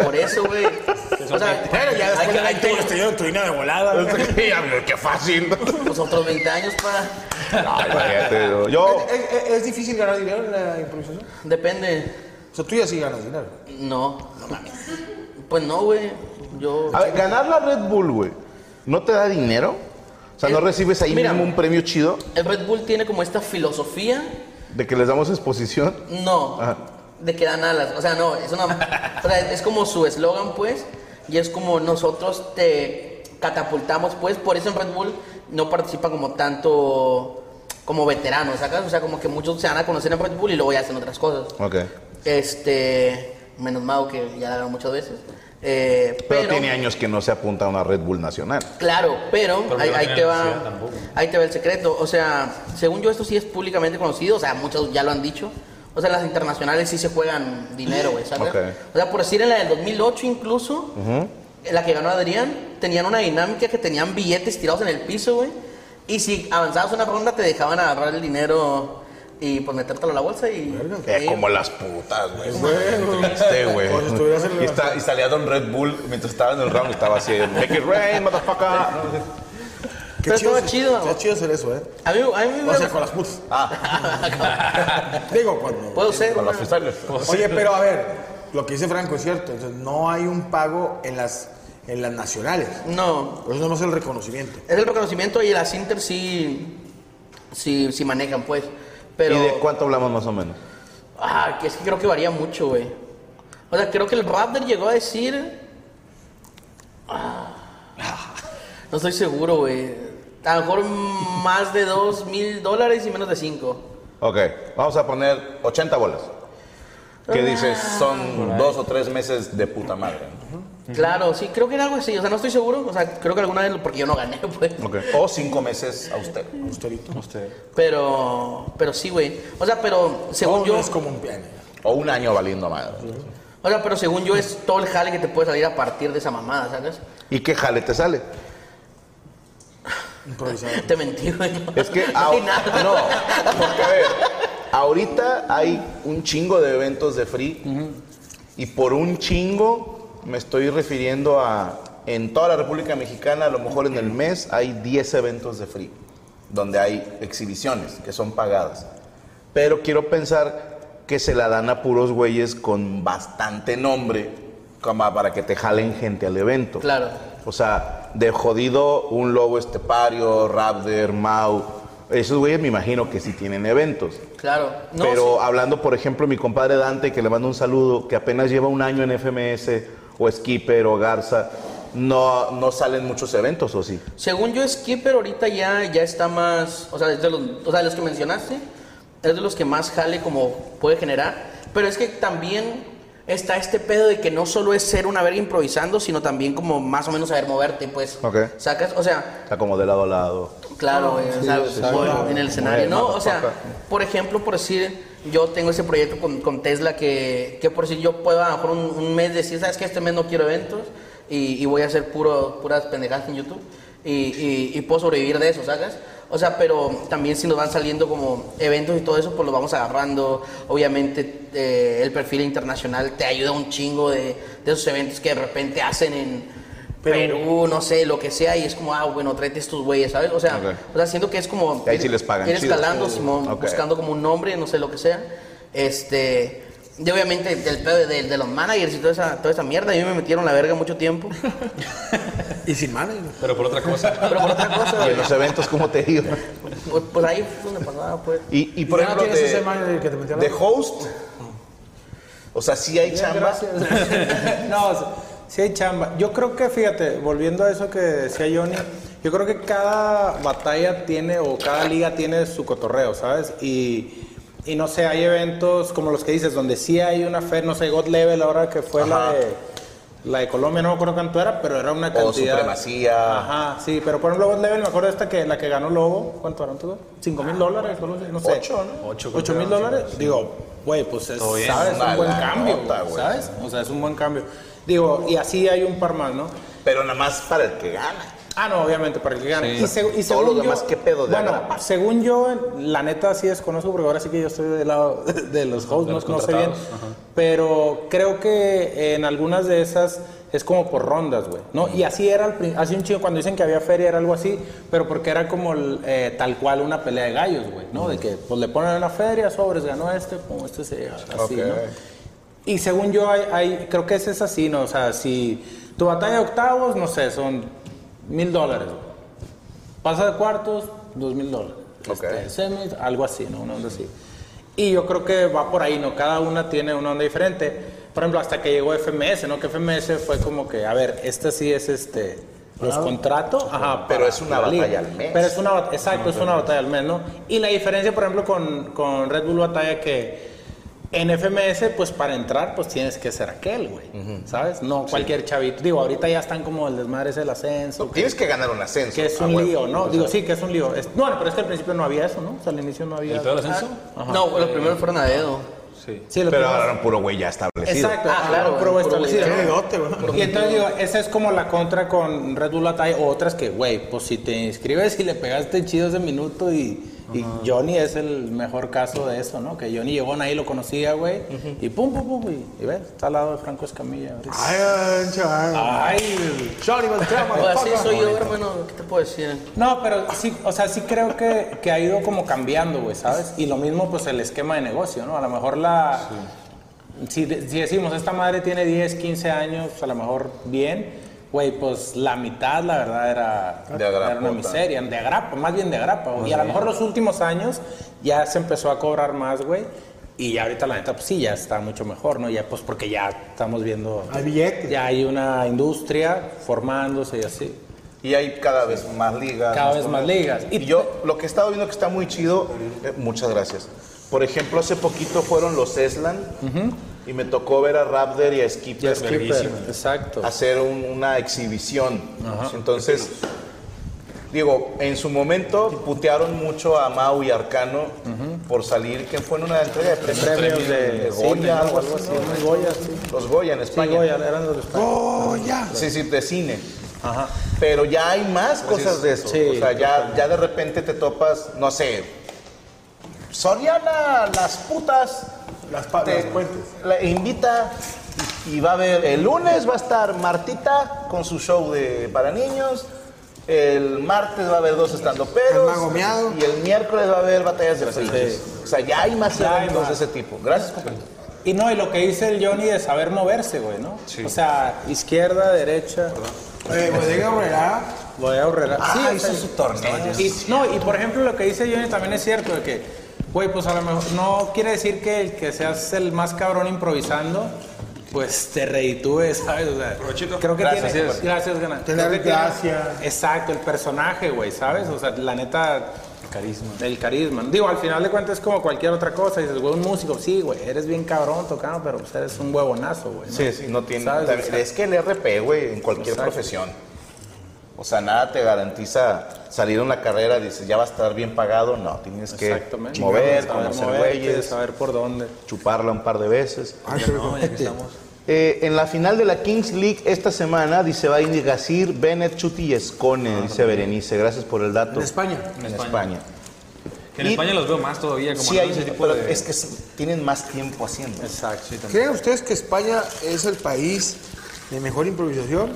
[SPEAKER 6] Por eso, güey. O sea, bueno, ya
[SPEAKER 3] Hay
[SPEAKER 6] después
[SPEAKER 3] que
[SPEAKER 6] hay que-
[SPEAKER 3] estoy yo de volada.
[SPEAKER 4] Ya, güey, Qué fácil. <laughs>
[SPEAKER 6] pues, otros 20 años para...
[SPEAKER 4] No, imagínate, yo- Yo,
[SPEAKER 3] ¿Es, es- Eh, es difícil ganar dinero en la improvisación?
[SPEAKER 6] Depende.
[SPEAKER 3] O sea, tú ya sí ganas dinero.
[SPEAKER 6] No, no mames. Pues no, güey. Yo...
[SPEAKER 4] a ver, ganar la Red Bull, güey, ¿no te da dinero? O sea, ¿no
[SPEAKER 6] Es-
[SPEAKER 4] recibes ahí
[SPEAKER 6] mira.
[SPEAKER 4] mismo un premio chido
[SPEAKER 6] El Red Bull tiene como esta filosofía.
[SPEAKER 4] de que les damos exposición?
[SPEAKER 6] No.
[SPEAKER 4] Ajá.
[SPEAKER 6] De que dan alas. O sea, no, es
[SPEAKER 4] <laughs>
[SPEAKER 6] una. o sea, es como su eslogan, pues. Y es como nosotros te catapultamos, pues. Por eso en Red Bull no participan como tanto. Como veteranos, ¿sacas? O sea, como que muchos se van a conocer en Red Bull y luego ya hacen otras cosas.
[SPEAKER 4] Ok.
[SPEAKER 6] Este. Menos Mau, que ya la ganó muchas veces. Eh,
[SPEAKER 4] Pero, tiene años que no se apunta a una Red Bull nacional.
[SPEAKER 6] Claro, pero,
[SPEAKER 5] Pero
[SPEAKER 6] ahí,
[SPEAKER 5] no
[SPEAKER 6] ahí
[SPEAKER 5] tiene
[SPEAKER 6] te
[SPEAKER 5] necesidad
[SPEAKER 6] va,
[SPEAKER 5] tampoco.
[SPEAKER 6] ahí te va el secreto. O sea, según yo esto sí es públicamente conocido, o sea, muchos ya lo han dicho. O sea, las internacionales sí se juegan dinero, güey, ¿sabes?
[SPEAKER 4] Ok.
[SPEAKER 6] O sea, por decir en la del 2008 incluso, en la que ganó Adrián, tenían una dinámica que tenían billetes tirados en el piso, güey. Y si avanzabas una ronda te dejaban agarrar el dinero y pues metértelo a la bolsa y...
[SPEAKER 4] Eh,
[SPEAKER 6] y-
[SPEAKER 4] como las putas, güey. Triste, güey.
[SPEAKER 3] Como si estuvieras en la-
[SPEAKER 4] Y, está, y salía Don Red Bull mientras estaba en el round, estaba así, make it rain, motherfucker.
[SPEAKER 3] Qué
[SPEAKER 6] Pero estaba chido.
[SPEAKER 3] Está chido hacer eso, ¿eh?
[SPEAKER 6] A mí, a mí me
[SPEAKER 3] O sea,
[SPEAKER 6] hubiera-
[SPEAKER 3] con las putas. Ah. Digo, cuando.
[SPEAKER 6] Puedo ser...
[SPEAKER 4] Con
[SPEAKER 6] una-
[SPEAKER 4] los freestylers.
[SPEAKER 3] Oye, pero a ver, lo que dice Franco es cierto. Entonces, no hay un pago en las, en las nacionales.
[SPEAKER 6] No,
[SPEAKER 3] Por eso nomás el reconocimiento.
[SPEAKER 6] Es el reconocimiento y las Inter sí, sí, sí manejan, pues. Pero.
[SPEAKER 4] ¿Y de cuánto hablamos más o menos?
[SPEAKER 6] Ah, que es que creo que varía mucho, güey. O sea, creo que el Raptor llegó a decir. Ah, no estoy seguro, güey. A lo mejor más de dos mil dólares y menos de cinco.
[SPEAKER 4] Ok, vamos a poner 80 bolas. ¿Qué dices? Son dos o tres meses de puta madre. ¿no?
[SPEAKER 6] Claro, sí, creo que era algo así. O sea, no estoy seguro. O sea, creo que alguna vez, lo- porque yo no gané, <laughs> pues.
[SPEAKER 4] Ok. O cinco meses a usted.
[SPEAKER 3] Austerito.
[SPEAKER 6] Pero, pero sí, güey. O sea, pero según
[SPEAKER 3] No,
[SPEAKER 6] yo.
[SPEAKER 3] no es como un piano.
[SPEAKER 4] O un año valiendo madre.
[SPEAKER 6] O sea, pero según yo es todo el jale que te puede salir a partir de esa mamada, ¿sabes?
[SPEAKER 4] ¿Y qué jale te sale?
[SPEAKER 3] Improvisado.
[SPEAKER 6] <laughs> Te mentí, güey. no.
[SPEAKER 4] Es que
[SPEAKER 6] No
[SPEAKER 4] ah,
[SPEAKER 6] hay nada.
[SPEAKER 4] no, porque a ver, ahorita hay un chingo de eventos de free y por un chingo me estoy refiriendo a en toda la República Mexicana, a lo mejor en el mes hay 10 eventos de free donde hay exhibiciones que son pagadas. Pero quiero pensar que se la dan a puros güeyes con bastante nombre como para que te jalen gente al evento.
[SPEAKER 6] Claro.
[SPEAKER 4] O sea, de jodido, un lobo estepario, Raptor, Mau. Esos güeyes me imagino que sí tienen eventos.
[SPEAKER 6] Claro. No,
[SPEAKER 4] Pero
[SPEAKER 6] sí.
[SPEAKER 4] hablando, por ejemplo, mi compadre Dante, que le mando un saludo, que apenas lleva un año en FMS, o Skipper, o Garza, no, no salen muchos eventos, ¿o sí?
[SPEAKER 6] Según yo, Skipper ahorita ya, ya está más. O sea, es de los, o sea, de los que mencionaste, es de los que más jale como puede generar. Pero es que también está este pedo de que no solo es ser una verga improvisando, sino también como más o menos saber moverte, pues.
[SPEAKER 4] Ok.
[SPEAKER 6] Sacas, o sea,
[SPEAKER 4] Está como de lado a lado.
[SPEAKER 6] Claro, güey, o sea, voy en el escenario, ¿no? O sea, por ejemplo, por decir, yo tengo ese proyecto con, con Tesla que, que por decir, yo puedo a lo mejor un, un mes decir, ¿sabes qué? Este mes no quiero eventos y, y voy a hacer puro, puras pendejadas en YouTube y, y, y puedo sobrevivir de eso, ¿sacas? O sea, pero también si nos van saliendo como eventos y todo eso, pues lo vamos agarrando. Obviamente eh, el perfil internacional te ayuda un chingo de, de esos eventos que de repente hacen en
[SPEAKER 3] Pero-
[SPEAKER 6] Perú, no sé, lo que sea, y es como, ah, bueno, tráete estos güeyes, ¿sabes? O sea,
[SPEAKER 4] Ok.
[SPEAKER 6] o sea, siento que es como...
[SPEAKER 4] Y ahí sí les pagan,
[SPEAKER 6] Ir
[SPEAKER 4] chido. Uh,
[SPEAKER 6] escalando, Simón,
[SPEAKER 4] Ok.
[SPEAKER 6] buscando como un nombre, no sé lo que sea. Este, y obviamente del pedo de, de los managers y toda esa, toda esa mierda, a mí me metieron la verga mucho tiempo.
[SPEAKER 3] Y sin manager.
[SPEAKER 5] Pero por otra cosa.
[SPEAKER 6] Pero por otra cosa,
[SPEAKER 4] Y en los eventos, ¿cómo te digo?
[SPEAKER 6] pues, pues ahí fue donde pasaba, pues.
[SPEAKER 4] Y, y por
[SPEAKER 3] ya no
[SPEAKER 4] ejemplo,
[SPEAKER 3] tienes
[SPEAKER 4] de,
[SPEAKER 3] ese manager que te metió a la-
[SPEAKER 4] de host. O sea, sí hay chamba.
[SPEAKER 7] <laughs> no, si hay chamba. Yo creo que, fíjate, volviendo a eso que decía Johnny, yo creo que cada batalla tiene o cada liga tiene su cotorreo, ¿sabes? Y, y no sé, hay eventos como los que dices, donde sí hay una fe, no sé, God Level ahora que fue la de... La de Colombia no me acuerdo cuánto era, pero era una
[SPEAKER 4] O
[SPEAKER 7] cantidad.
[SPEAKER 4] Supremacía.
[SPEAKER 7] Ajá, sí, pero por ejemplo, God Level, me acuerdo esta que la que ganó Lobo. ¿Cuánto eran todos? ¿Cinco mil dólares? No lo sé, No sé.
[SPEAKER 4] Ocho, ¿no?
[SPEAKER 5] Ocho, creo
[SPEAKER 7] ¿Ocho
[SPEAKER 5] que
[SPEAKER 7] mil
[SPEAKER 5] eran,
[SPEAKER 7] dólares? Digo, güey, pues es,
[SPEAKER 5] Todo bien,
[SPEAKER 7] ¿sabes?
[SPEAKER 4] una
[SPEAKER 7] un buen
[SPEAKER 4] la
[SPEAKER 7] cambio,
[SPEAKER 4] nota, güey.
[SPEAKER 7] ¿sabes? O sea, es un buen cambio. Digo, y así hay un par más, ¿no?
[SPEAKER 4] Pero nada más para el que gana.
[SPEAKER 7] Ah, no, obviamente, para que gane.
[SPEAKER 5] Sí.
[SPEAKER 7] Y, seg- y
[SPEAKER 4] Todos
[SPEAKER 7] según
[SPEAKER 4] los
[SPEAKER 7] yo-
[SPEAKER 4] demás, ¿qué pedo de
[SPEAKER 7] Bueno,
[SPEAKER 4] agrapa?
[SPEAKER 7] según yo, la neta sí desconozco, porque ahora sí que yo estoy del lado <laughs> de los hosts,
[SPEAKER 5] De los
[SPEAKER 7] no, no sé bien.
[SPEAKER 5] contratados, ajá.
[SPEAKER 7] Pero creo que en algunas de esas es como por rondas, güey. ¿no? Y así era, al prin- así un chico, cuando dicen que había feria era algo así, pero porque era como el, eh, tal cual una pelea de gallos, güey, ¿no? De que pues le ponen una feria, sobres, ganó este, pum, este se así, ¿no? Y según yo, hay, hay- creo que ese es así, ¿no? O sea, si tu batalla de octavos, no sé, son mil dólares. güey. Pasa de cuartos, dos mil dólares.
[SPEAKER 4] Ok.
[SPEAKER 7] Este, semis, algo así, ¿no? Una onda así. Y yo creo que va por ahí, ¿no? Cada una tiene una onda diferente. Por ejemplo, hasta que llegó FMS, ¿no? Que FMS fue como que, a ver, esta sí es este. Los contratos, ajá,
[SPEAKER 4] Pero
[SPEAKER 7] para
[SPEAKER 4] es una
[SPEAKER 7] la liga.
[SPEAKER 4] batalla al mes.
[SPEAKER 7] Pero es una, bat- exacto, es una batalla al mes, ¿no? Y la diferencia, por ejemplo, con, con Red Bull Batalla que en FMS, pues para entrar, pues tienes que ser aquel, güey. ¿Sabes? No cualquier chavito. Digo, ahorita ya están como el desmadre ese del ascenso. que-
[SPEAKER 4] Tienes que ganar un ascenso.
[SPEAKER 7] que es
[SPEAKER 4] Ah,
[SPEAKER 7] un
[SPEAKER 4] bueno,
[SPEAKER 7] lío, ¿no?
[SPEAKER 4] pues,
[SPEAKER 7] Digo,
[SPEAKER 4] ah,
[SPEAKER 7] sí, que es un lío. Es- bueno, pero es que al principio no había eso, ¿no? O sea, al inicio no había. Ah,
[SPEAKER 5] ¿El peor ascenso?
[SPEAKER 6] No, los primeros fueron a dedo.
[SPEAKER 5] Sí.
[SPEAKER 7] Sí, lo
[SPEAKER 4] Pero
[SPEAKER 7] primero-
[SPEAKER 4] agarraron puro güey ya establecido.
[SPEAKER 7] Exacto,
[SPEAKER 6] Ah, claro,
[SPEAKER 7] claro, puro
[SPEAKER 6] el puro
[SPEAKER 7] establecido.
[SPEAKER 3] Qué
[SPEAKER 7] ¿no?
[SPEAKER 3] bigote, güey.
[SPEAKER 7] Y entonces digo, esa es como la contra con Red Bull Atay o otras que, güey, pues si te inscribes y le pegaste chido ese minuto y, y Johnny es el mejor caso de eso, ¿no? Que Johnny llegó ahí, lo conocía, güey, y pum, pum, pum, y, y ves, está al lado de Franco Escamilla. ahorita.
[SPEAKER 3] Ay, ay, chaval.
[SPEAKER 7] Ay,
[SPEAKER 3] Johnny Montana,
[SPEAKER 6] Pues así
[SPEAKER 3] motherfucker.
[SPEAKER 6] soy yo, hermano, ¿qué te puedo decir?
[SPEAKER 7] No, pero sí, o sea, sí creo que, que ha ido como cambiando, güey, ¿sabes? Y lo mismo, pues, el esquema de negocio, ¿no? A lo mejor la... Si, de- si decimos, esta madre tiene 10, 15 años, a lo mejor bien, güey, pues la mitad, la verdad, era,
[SPEAKER 4] De agrapa,
[SPEAKER 7] era una
[SPEAKER 4] tal.
[SPEAKER 7] miseria, de agrapa, más bien de agrapa, güey. Y a lo mejor los últimos años ya se empezó a cobrar más, güey. Y ya ahorita la neta, pues sí, ya está mucho mejor, ¿no? Ya, pues porque ya estamos viendo...
[SPEAKER 3] Hay billetes.
[SPEAKER 7] Ya hay una industria formándose y así.
[SPEAKER 4] Y hay cada vez más ligas.
[SPEAKER 7] Cada vez más ligas.
[SPEAKER 4] Y yo, lo que he estado viendo que está muy chido, eh, muchas gracias. Por ejemplo, hace poquito fueron los Eslan y me tocó ver a Raptor y a Skipper
[SPEAKER 7] Ya es Clipper, Exacto.
[SPEAKER 4] hacer un- una exhibición. Entonces, digo, en su momento putearon mucho a Mau y Arcano por salir, que fue en una entrega de premios,
[SPEAKER 7] Premios de, cine,
[SPEAKER 4] Goya,
[SPEAKER 7] ¿no?
[SPEAKER 4] algo así, ¿no?
[SPEAKER 7] ¿no? Goya, sí.
[SPEAKER 4] Los Goya en
[SPEAKER 7] Sí,
[SPEAKER 4] España.
[SPEAKER 7] Goya, eran los de España.
[SPEAKER 4] Sí, sí, de cine. Pero ya hay más
[SPEAKER 3] Pues
[SPEAKER 4] cosas de eso.
[SPEAKER 7] sí,
[SPEAKER 4] o sea, ya, ya de repente te topas, no sé. Soriana, las putas.
[SPEAKER 3] Las pa-
[SPEAKER 4] te-
[SPEAKER 3] las puentes.
[SPEAKER 4] La invita y va a ver. El lunes va a estar Martita con su show de para niños. El martes va a haber dos estando
[SPEAKER 3] El
[SPEAKER 4] peros.
[SPEAKER 3] mago meado.
[SPEAKER 4] Y el miércoles va a haber batallas de fríos. O sea, ya hay más
[SPEAKER 7] Ya hay
[SPEAKER 4] eventos
[SPEAKER 7] más.
[SPEAKER 4] de ese tipo. Gracias, compadre.
[SPEAKER 7] Y no, y lo que dice el Johnny de saber moverse, güey, ¿no? O sea, izquierda, derecha,
[SPEAKER 3] Eh, bodega obrera.
[SPEAKER 7] voy a ahorrar.
[SPEAKER 4] Ah,
[SPEAKER 7] o
[SPEAKER 4] hizo
[SPEAKER 7] sea,
[SPEAKER 4] su torneo.
[SPEAKER 7] Y, no, y por ejemplo, lo que dice Johnny también es cierto, de que, güey, pues a lo mejor no quiere decir que el que seas el más cabrón improvisando, pues te reditúes, ¿sabes? O sea,
[SPEAKER 5] Provechito.
[SPEAKER 7] creo que
[SPEAKER 5] Gracias,
[SPEAKER 7] tiene.
[SPEAKER 5] gracias.
[SPEAKER 7] Gracias, Gana.
[SPEAKER 3] Tener
[SPEAKER 7] Creo que tiene-
[SPEAKER 3] gracia.
[SPEAKER 7] Exacto, el personaje, güey, ¿sabes? O sea, la neta. Carisma. El carisma. Digo, al final de cuentas es como cualquier otra cosa. Dices, güey, un músico, sí, güey, eres bien cabrón tocando, pero pues eres un huevonazo, güey. ¿no?
[SPEAKER 4] Sí, sí, no tiene.
[SPEAKER 7] ¿Sabes?
[SPEAKER 4] también-
[SPEAKER 7] O sea,
[SPEAKER 4] es que el RP, güey, en cualquier
[SPEAKER 7] Exacto.
[SPEAKER 4] profesión. O sea, nada te garantiza salir a una carrera, dices, ya va a estar bien pagado. No, tienes que
[SPEAKER 7] Exactamente.
[SPEAKER 4] mover,
[SPEAKER 7] Saber
[SPEAKER 4] conocer
[SPEAKER 7] moverte,
[SPEAKER 4] güeyes,
[SPEAKER 7] saber por dónde.
[SPEAKER 4] chuparla un par de veces.
[SPEAKER 3] Ay, qué rico.
[SPEAKER 5] Ah, No, ya que estamos.
[SPEAKER 4] <laughs> Eh, en la final de la Kings League esta semana, dice, va a ir Gasir, Bennett, Chuti y Escone, dice Berenice. Gracias por el dato.
[SPEAKER 3] En España.
[SPEAKER 4] En
[SPEAKER 5] En
[SPEAKER 4] España.
[SPEAKER 5] España. Que en
[SPEAKER 4] Y-
[SPEAKER 5] España los veo más todavía, como
[SPEAKER 4] Sí,
[SPEAKER 5] no
[SPEAKER 4] hay-
[SPEAKER 5] ese tipo
[SPEAKER 4] pero
[SPEAKER 5] de...
[SPEAKER 4] es que es- tienen más tiempo haciendo.
[SPEAKER 5] Exacto, sí, también.
[SPEAKER 3] ¿Creen ustedes que España es el país de mejor improvisación?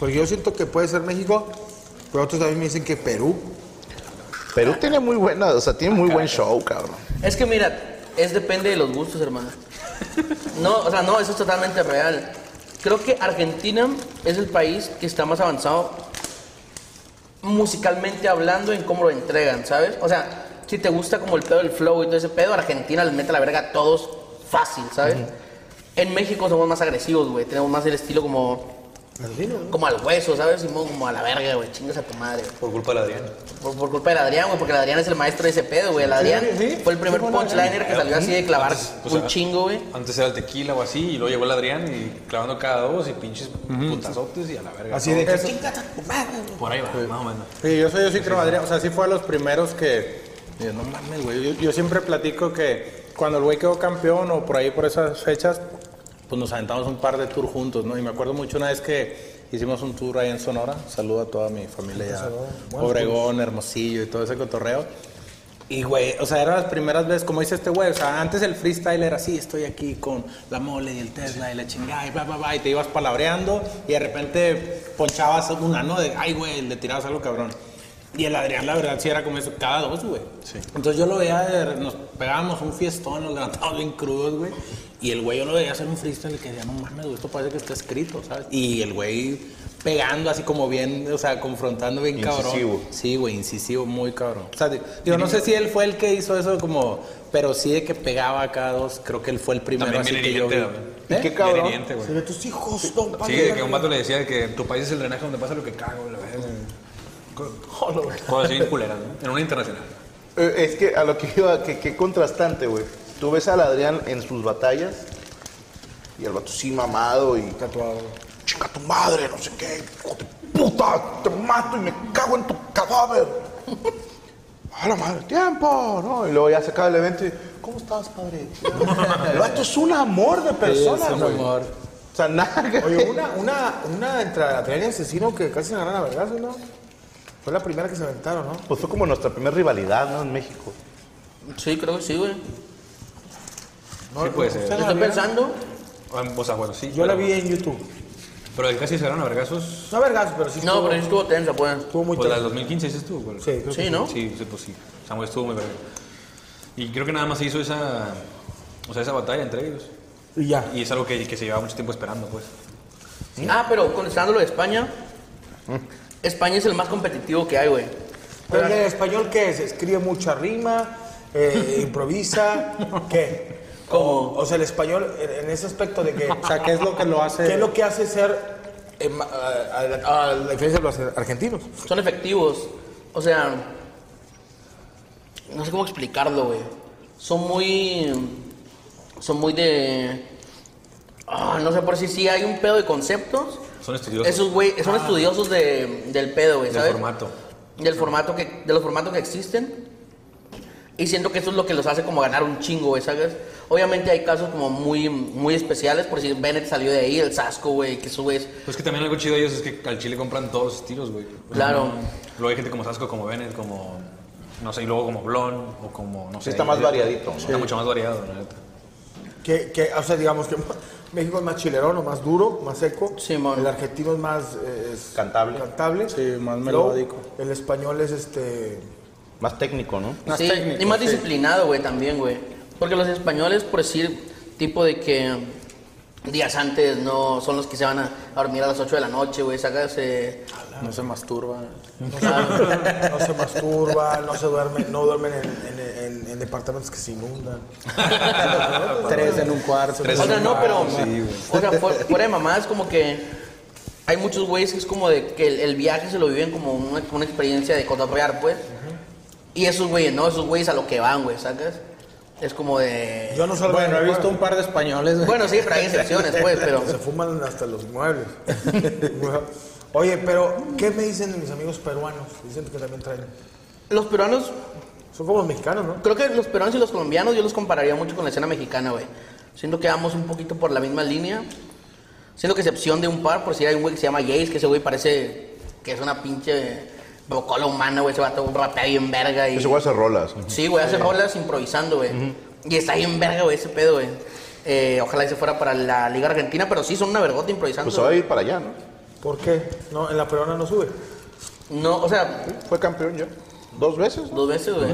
[SPEAKER 3] Porque yo siento que puede ser México, pero otros también me dicen que Perú.
[SPEAKER 4] Perú tiene muy buena, o sea, tiene muy buen show, cabrón.
[SPEAKER 6] Es que mira, es depende de los gustos, hermano. No, o sea, no, eso es totalmente real. Creo que Argentina es el país que está más avanzado musicalmente hablando en cómo lo entregan, ¿sabes? O sea, si te gusta como el pedo del flow y todo ese pedo, Argentina les mete la verga a todos fácil, ¿sabes? En México somos más agresivos, güey. Tenemos más el estilo como, como al hueso, ¿sabes? Simón, como a la verga, güey. Chingas a tu madre. güey.
[SPEAKER 5] Por culpa de Adrián.
[SPEAKER 6] Por, por culpa del Adrián, güey, porque el Adrián es el maestro de ese pedo, güey. El Adrián
[SPEAKER 7] sí,
[SPEAKER 6] fue el primer
[SPEAKER 7] sí, fue el
[SPEAKER 6] punchliner que salió así de clavar
[SPEAKER 5] Antes, o
[SPEAKER 6] un
[SPEAKER 5] sea,
[SPEAKER 6] chingo, güey.
[SPEAKER 5] Antes era el tequila o así, y luego llegó el Adrián y clavando cada dos y pinches putazotes y a la verga.
[SPEAKER 3] Así de que.
[SPEAKER 5] Por ahí va, más o menos.
[SPEAKER 7] Sí, yo soy, yo sí creo, Adrián. O sea, sí fue de los primeros que. yo, no mames, güey. Yo, yo siempre platico que cuando el güey quedó campeón o por ahí por esas fechas, pues nos aventamos un par de tours juntos, ¿no? Y me acuerdo mucho una vez que hicimos un tour ahí en Sonora. Saludo a toda mi familia ya. Obregón, Hermosillo y todo ese cotorreo. Y, güey, o sea, eran las primeras veces, como dice este güey, o sea, antes el freestyle era así, estoy aquí con la mole y el Tesla y la chingada y bla, bla, bla, y te ibas palabreando y de repente ponchabas una, ¿no? De, ay, güey, le tirabas algo cabrón. Y el Adrián, la verdad, sí era como eso, cada dos, güey. Entonces yo lo veía, de- nos pegábamos un fiestón, nos levantábamos bien crudos, güey. Y el güey yo lo veía hacer un freestyle que decía, no mames, güey, esto parece que está escrito, ¿sabes? Y el güey pegando así como bien, o sea, confrontando bien
[SPEAKER 4] Incisivo.
[SPEAKER 7] cabrón. Sí, güey, incisivo, muy cabrón. O sea, di- digo, no sé si él fue el que hizo eso como, pero sí de que pegaba a cada dos, creo que él fue el primero
[SPEAKER 5] También
[SPEAKER 7] así
[SPEAKER 5] bien
[SPEAKER 7] que yo vi.
[SPEAKER 5] hiriente,
[SPEAKER 7] ¿Eh?
[SPEAKER 5] güey.
[SPEAKER 4] Qué cabrón.
[SPEAKER 5] Bien hiriente, güey.
[SPEAKER 3] Pero tus hijos, no,
[SPEAKER 5] Sí,
[SPEAKER 3] padre.
[SPEAKER 5] de que un vato le decía que tu país es el drenaje donde pasa lo que cago, la verga. Cosas así bien culeras, ¿no? En una internacional.
[SPEAKER 4] Eh, es que a lo que iba, que, que contrastante, güey. Tú ves al Adrián en sus batallas y el vato sí mamado y tatuado. Chica tu madre, no sé qué, hijo de puta, te mato y me cago en tu cadáver. A la madre, tiempo, ¿no? Y luego ya se acaba el evento y, ¿cómo estás, padre?
[SPEAKER 7] Ah,
[SPEAKER 4] El vato es un amor de persona,
[SPEAKER 7] es un
[SPEAKER 4] güey.
[SPEAKER 7] amor.
[SPEAKER 4] O sea, nada que-
[SPEAKER 3] Oye, una, una, una entre Adrián y Asesino que casi se agarran a vergas, ¿no? Fue la primera que se aventaron, ¿no?
[SPEAKER 4] Pues fue como nuestra primera rivalidad, ¿no? En México.
[SPEAKER 6] Sí, creo que sí, güey.
[SPEAKER 3] no
[SPEAKER 5] Sí puede ser.
[SPEAKER 3] ¿ustedes
[SPEAKER 5] Yo
[SPEAKER 3] la
[SPEAKER 6] Estoy
[SPEAKER 3] vieron?
[SPEAKER 6] pensando,
[SPEAKER 5] O sea, bueno, sí.
[SPEAKER 3] Yo la
[SPEAKER 5] pero-
[SPEAKER 3] vi en YouTube.
[SPEAKER 5] Pero el casi se ganaron a vergazos.
[SPEAKER 3] No vergas, pero sí.
[SPEAKER 6] no,
[SPEAKER 3] estuvo-
[SPEAKER 6] pero sí estuvo tensa, pues.
[SPEAKER 3] Estuvo muy
[SPEAKER 5] Pues la del
[SPEAKER 3] tenso.
[SPEAKER 5] 2015 dices tú, güey.
[SPEAKER 3] Sí, creo
[SPEAKER 6] Sí,
[SPEAKER 3] que
[SPEAKER 6] ¿no?
[SPEAKER 5] Sí, sí, pues sí. Samuel estuvo muy verga. Y creo que nada más se hizo esa, o sea, esa batalla entre ellos.
[SPEAKER 3] Y ya.
[SPEAKER 5] Y es algo que, que se llevaba mucho tiempo esperando, pues.
[SPEAKER 6] Ah, pero contestando lo de España, España es el más competitivo que hay, güey.
[SPEAKER 3] Pero el español, ¿qué es? Escribe mucha rima,
[SPEAKER 7] <laughs>
[SPEAKER 3] eh, improvisa, ¿qué?
[SPEAKER 6] ¿Cómo?
[SPEAKER 3] O sea, el español en en ese aspecto de que...
[SPEAKER 7] O sea, ¿qué es lo que lo hace?
[SPEAKER 3] ¿Qué es lo que hace ser... eh, ma- a, a- a la diferencia de los argentinos?
[SPEAKER 6] Son efectivos. O sea, no sé cómo explicarlo, güey. Son muy. Son muy de. Ah, no sé por si sí hay un pedo de conceptos.
[SPEAKER 5] Son estudiosos. Ah.
[SPEAKER 6] Esos güey, son estudiosos de, del pedo, güey,
[SPEAKER 5] Del
[SPEAKER 6] ¿sabes?
[SPEAKER 5] formato.
[SPEAKER 6] Del formato que, de los formatos que existen. Y siento que eso es lo que los hace como ganar un chingo, güey, ¿sabes? Obviamente hay casos como muy, muy especiales, por si Bennett salió de ahí, el Sasco, güey, que eso, güey, es-
[SPEAKER 5] Pues que también algo chido de ellos es que al Chile compran todos los estilos, güey. O sea,
[SPEAKER 6] Claro.
[SPEAKER 5] no- Luego hay gente como Sasco, como Bennett, como, no sé, y luego como Blon, o como, no sé. eh,
[SPEAKER 4] está más variadito, ¿no?
[SPEAKER 5] Está mucho más variado, la neta. <laughs>
[SPEAKER 3] Que, que, o sea, digamos que <laughs> México es más chilerón, o más duro, más seco.
[SPEAKER 6] Sí, mon.
[SPEAKER 3] El argentino es más... eh, es
[SPEAKER 4] Cantable.
[SPEAKER 3] Cantable.
[SPEAKER 7] Sí, más
[SPEAKER 3] Luego,
[SPEAKER 7] melódico.
[SPEAKER 3] El español es este...
[SPEAKER 4] Más técnico, ¿no?
[SPEAKER 7] Más
[SPEAKER 6] sí,
[SPEAKER 7] técnico,
[SPEAKER 6] y más
[SPEAKER 7] sí.
[SPEAKER 6] disciplinado, güey, también, güey. Porque los españoles, por decir, tipo de que días antes no son los que se van a, a dormir a las 8 de la noche, güey, sacas... eh,
[SPEAKER 7] No se masturba.
[SPEAKER 3] No, sabe, no se masturba, no se duerme, no duermen en, en- en- en departamentos que se inundan.
[SPEAKER 7] Tres en un cuarto.
[SPEAKER 5] Tres
[SPEAKER 6] o
[SPEAKER 5] en
[SPEAKER 6] sea,
[SPEAKER 5] un
[SPEAKER 6] no, pero...
[SPEAKER 5] cuarto, sí, güey.
[SPEAKER 6] o sea, fu- fuera de mamá, es como que hay muchos güeyes que es como de que el, el viaje se lo viven como una, como una experiencia de cotorrear, pues. Y esos güeyes, no, esos güeyes a lo que van, güey, sacas. Es como de...
[SPEAKER 3] Yo no salgo
[SPEAKER 7] Bueno,
[SPEAKER 3] de
[SPEAKER 7] he
[SPEAKER 3] mi
[SPEAKER 7] visto
[SPEAKER 3] cuarto.
[SPEAKER 7] un par de españoles. güey.
[SPEAKER 6] Bueno, sí, pero hay excepciones, pues,
[SPEAKER 7] <laughs>
[SPEAKER 6] pero...
[SPEAKER 3] Se fuman hasta los muebles. Oye, pero, ¿qué me dicen mis amigos peruanos? Dicen que también traen.
[SPEAKER 6] Los peruanos
[SPEAKER 3] Son como los mexicanos, ¿no?
[SPEAKER 6] Creo que los peruanos y los colombianos yo los compararía mucho con la escena mexicana, güey. Siento que vamos un poquito por la misma línea. Siento que excepción de un par, por si hay un güey que se llama Jace, que ese güey parece que es una pinche bocola humana, güey. Ese vato rapea bien verga. Y...
[SPEAKER 4] Ese güey hace rolas.
[SPEAKER 6] Sí, güey, hace rolas improvisando, güey. Y está bien verga, güey, ese pedo, güey. Eh, ojalá y se fuera para la Liga Argentina, pero sí son una vergota improvisando.
[SPEAKER 4] Pues se va a
[SPEAKER 6] güey.
[SPEAKER 4] ir para allá, ¿no?
[SPEAKER 3] ¿Por qué? No, en la peruana no sube.
[SPEAKER 6] No, o sea,
[SPEAKER 4] Fue campeón ya. Dos veces, ¿no?
[SPEAKER 6] dos veces, güey.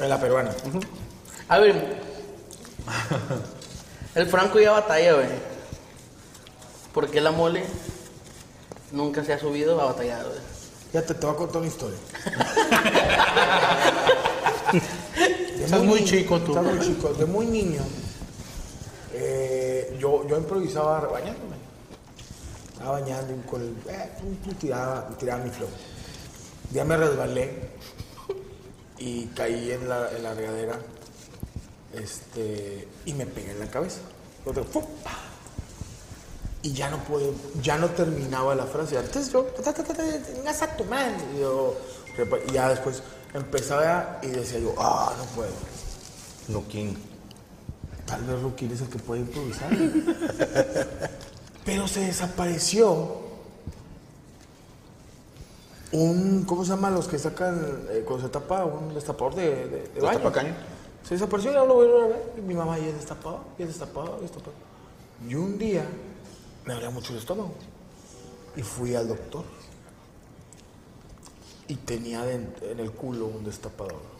[SPEAKER 3] En la peruana.
[SPEAKER 6] A ver. El Franco ya batalla, güey. ¿Por qué la mole nunca se ha subido a batallar, güey?
[SPEAKER 3] Ya te, te voy a contar una
[SPEAKER 7] <laughs>
[SPEAKER 3] historia.
[SPEAKER 7] Estás muy chico tú.
[SPEAKER 3] Estás muy chico. Desde muy niño, eh, yo, yo improvisaba bañándome. Estaba bañando y con el... eh, pum, pum, tiraba, tiraba mi flow. Ya me resbalé y caí en la, en la regadera este, y me pegué en la cabeza. Otro, ¡fum! ¡pa! Y ya no pude, ya no terminaba la frase. Antes yo, ta, ta, ta, ta, tengas a tu madre. Y yo, repa- y ya después empezaba y decía yo, ah, no puedo.
[SPEAKER 4] No, King.
[SPEAKER 3] Tal vez Rukin es el que puede improvisar. <laughs> Pero se desapareció un, ¿cómo se llama? Los que sacan, eh, cuando se tapa, un destapador de, de, de baño.
[SPEAKER 4] ¿Destapacaño?
[SPEAKER 3] Se desapareció y ya lo voy a ver. Y mi mamá ya destapaba, ya destapaba, ya destapaba. Y un día me dolía mucho el estómago. Y fui al doctor. Y tenía dent- en el culo un destapador.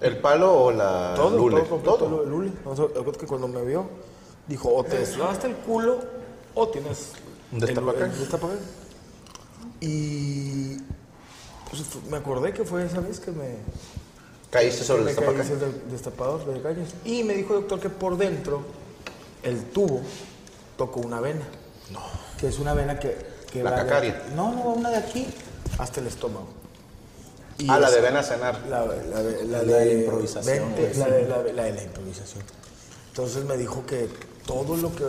[SPEAKER 4] ¿El palo o la
[SPEAKER 3] Todo,
[SPEAKER 4] lule?
[SPEAKER 3] todo, completo, lo de Lule. O sea, yo creo que cuando me vio, dijo, o te deslavaste el culo, o tienes...
[SPEAKER 4] Un
[SPEAKER 3] el-
[SPEAKER 4] destapacán.
[SPEAKER 3] el destapacán. Y... pues, fu- me acordé que fue esa vez que me...
[SPEAKER 4] Caíste sobre el
[SPEAKER 3] me caí
[SPEAKER 4] destapacaño.
[SPEAKER 3] desde el destapador de caños. Y me dijo el doctor que por dentro, el tubo tocó una vena. No. Que es una vena que... que
[SPEAKER 4] La
[SPEAKER 3] va de-
[SPEAKER 4] cacaria.
[SPEAKER 3] no, no, una de aquí hasta el estómago. Y
[SPEAKER 4] Ah, la
[SPEAKER 3] es-
[SPEAKER 4] de ven a cenar.
[SPEAKER 3] la, la de, la
[SPEAKER 7] La de
[SPEAKER 3] de-
[SPEAKER 7] la improvisación,
[SPEAKER 3] vente, la, de, la de- la de la improvisación. Entonces me dijo que todo lo que.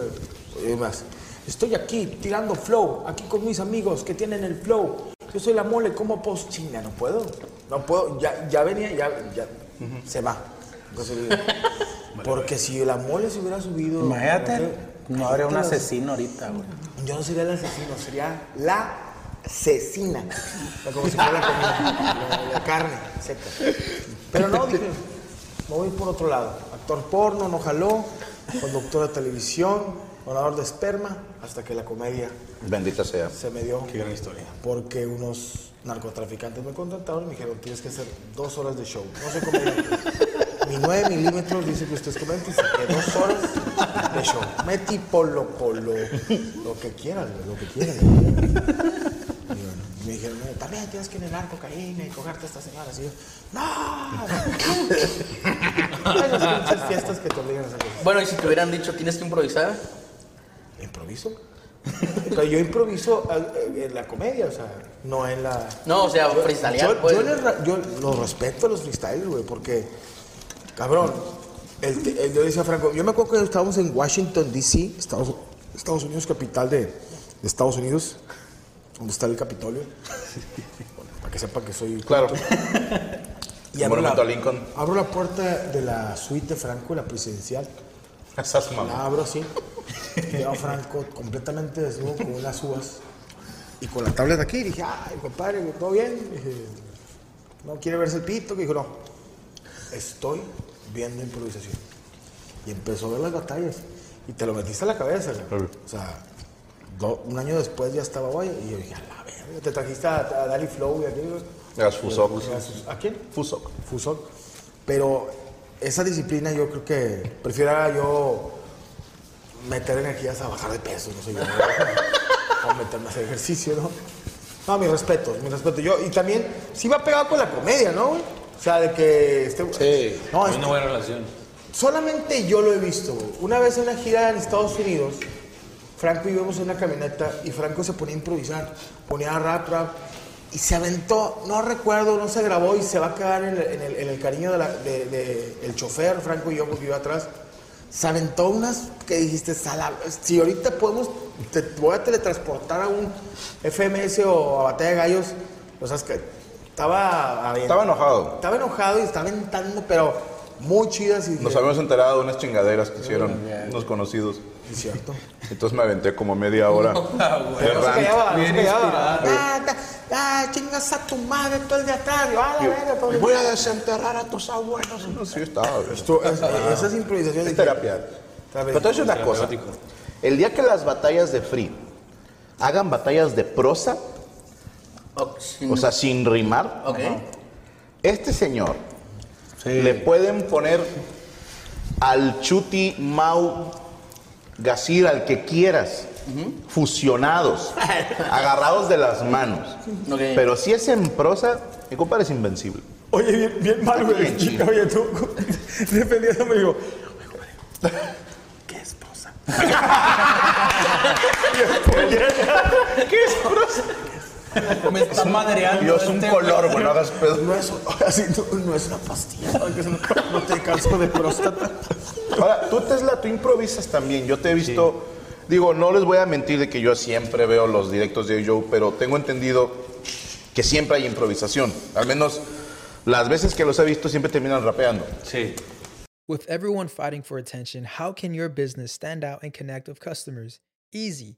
[SPEAKER 3] oye, más, estoy aquí tirando flow, aquí con mis amigos que tienen el flow. Yo soy la mole, como post chinga, no puedo. No puedo, ya, ya venía, ya, ya se va.
[SPEAKER 7] <laughs>
[SPEAKER 3] Entonces le digo, porque si la mole se hubiera subido.
[SPEAKER 7] Imagínate, no habría un
[SPEAKER 3] Te las-
[SPEAKER 7] asesino ahorita, güey.
[SPEAKER 3] yo no sería el asesino, sería la asesina. O sea, como si fuera la comida, la, la carne seca. Pero no, dije, me voy por otro lado. Actor porno, no jaló, conductor de televisión, donador de esperma, hasta que la comedia
[SPEAKER 4] Bendita sea.
[SPEAKER 3] se me dio.
[SPEAKER 5] Qué gran historia.
[SPEAKER 3] Porque unos narcotraficantes me contrataron y me dijeron, tienes que hacer dos horas de show. No soy
[SPEAKER 5] <laughs>
[SPEAKER 3] comediante. Mi 9 milímetros dice que usted es comediante y saqué dos horas de show. Metí polo, polo, lo que quieras, güey, lo que quieras. güey. Y bueno, Me dijeron, "No, también tienes que inhalar cocaína y cogerte esta semana. Y yo, <laughs> ¡no! Esas pinches fiestas que te obligan a hacer cosas.
[SPEAKER 6] Bueno, y si te hubieran dicho tienes que improvisar,
[SPEAKER 3] ¿Improviso? O sea, yo improviso eh, en la comedia, o sea, no en la...
[SPEAKER 6] no, o sea,
[SPEAKER 3] Yo-
[SPEAKER 6] freestylear,
[SPEAKER 3] yo,
[SPEAKER 6] pues.
[SPEAKER 3] yo les ra- yo los respeto a los freestyles, güey, porque, cabrón, el te- el- yo decía a Franco, yo me acuerdo que estábamos en Washington, D.C., Estados, Estados Unidos, capital de, de Estados Unidos, donde está el Capitolio, <laughs> para que sepan que soy...
[SPEAKER 4] Claro. <laughs>
[SPEAKER 3] Y abro la,
[SPEAKER 4] Monumento a Lincoln.
[SPEAKER 3] abro la puerta de la suite de Franco, la presidencial,
[SPEAKER 4] Esas
[SPEAKER 3] la
[SPEAKER 4] mamá.
[SPEAKER 3] abro así. <laughs> Llega Franco completamente desnudo con unas uvas y con la tableta aquí. Dije, ay, compadre, ¿todo bien? Dije, ¿no quiere verse el pito? Que dijo, no, estoy viendo improvisación. Y empezó a ver las batallas. Y te lo metiste a la cabeza, güey. O sea, do- un año después ya estaba guay. Y yo dije, a la verga, te trajiste a, a Dali Flow y aquí, güey.
[SPEAKER 4] Las Fusok.
[SPEAKER 3] Y a sus- ¿A quién?
[SPEAKER 4] Fusok.
[SPEAKER 3] Fusol. Pero esa disciplina yo creo que prefiero yo meter energías a bajar de peso, no sé <laughs> yo. ¿no? o meterme a hacer ejercicio, ¿no? No, mi respeto, mi respeto. Yo, y también, sí va pegado con la comedia, ¿no, güey? O sea, de que este
[SPEAKER 7] Sí,
[SPEAKER 3] No,
[SPEAKER 5] Hay
[SPEAKER 3] este-
[SPEAKER 5] una buena relación.
[SPEAKER 3] Solamente yo lo he visto. güey. Una vez en una gira en Estados Unidos, Franco y yo íbamos en una camioneta y Franco se ponía a improvisar, ponía rap, rap y se aventó, no recuerdo, no se grabó y se va a quedar en el, en el- en el cariño del de, de- el chofer, Franco y yo, porque iba atrás. Se aventó unas que dijiste, "Sala, si ahorita podemos, te voy a teletransportar a un FMS o a Batalla de Gallos, o sea, es que estaba...
[SPEAKER 4] Estaba enojado.
[SPEAKER 3] Estaba enojado y estaba aventando, pero muy chidas y
[SPEAKER 4] Nos habíamos enterado de unas chingaderas que hicieron unos conocidos.
[SPEAKER 3] es cierto.
[SPEAKER 4] Entonces me aventé como media
[SPEAKER 3] <laughs>
[SPEAKER 4] hora. de
[SPEAKER 7] No se
[SPEAKER 4] rant.
[SPEAKER 7] callaba, no se callaba.
[SPEAKER 3] Ah, ta- ah, chingas a tu madre, tú el de atrás, yo, a la verga, pues, voy a desenterrar a tus abuelos.
[SPEAKER 4] No, sí, estaba.
[SPEAKER 3] Esto, es- esas improvisaciones.
[SPEAKER 4] Es terapia.
[SPEAKER 3] Está bien.
[SPEAKER 4] Pero te voy a decir una cosa. El día que las batallas de free hagan batallas de prosa,
[SPEAKER 6] Ok.
[SPEAKER 4] o sea, sin rimar,
[SPEAKER 6] Ok.
[SPEAKER 4] este señor le pueden poner al Chuti, Mau, Gasir, al que quieras, fusionados, agarrados de las manos.
[SPEAKER 6] Ok.
[SPEAKER 4] Pero si es en prosa, mi compadre es invencible.
[SPEAKER 3] Oye, bien, bien mal, güey.
[SPEAKER 4] Bien chido.
[SPEAKER 3] Oye, tú, <laughs> defendiéndome, digo,
[SPEAKER 7] Me está madreando.
[SPEAKER 4] Dios, un
[SPEAKER 7] este
[SPEAKER 4] color, bueno, hagas pedo.
[SPEAKER 3] no es, <laughs> así, no, no es una pastilla, <laughs> ¿no? Que se- no te canso de próstata.
[SPEAKER 4] Ahora, tú Tesla, tú improvisas también. Yo te he visto, digo, no les voy a mentir de que yo siempre veo los directos de Joe, pero tengo entendido que siempre hay improvisación. Al menos las veces que los he visto siempre terminan rapeando.
[SPEAKER 5] Sí.
[SPEAKER 8] With everyone fighting for attention, how can your business stand out and connect with customers? Easy.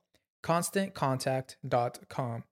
[SPEAKER 8] ConstantContact.com.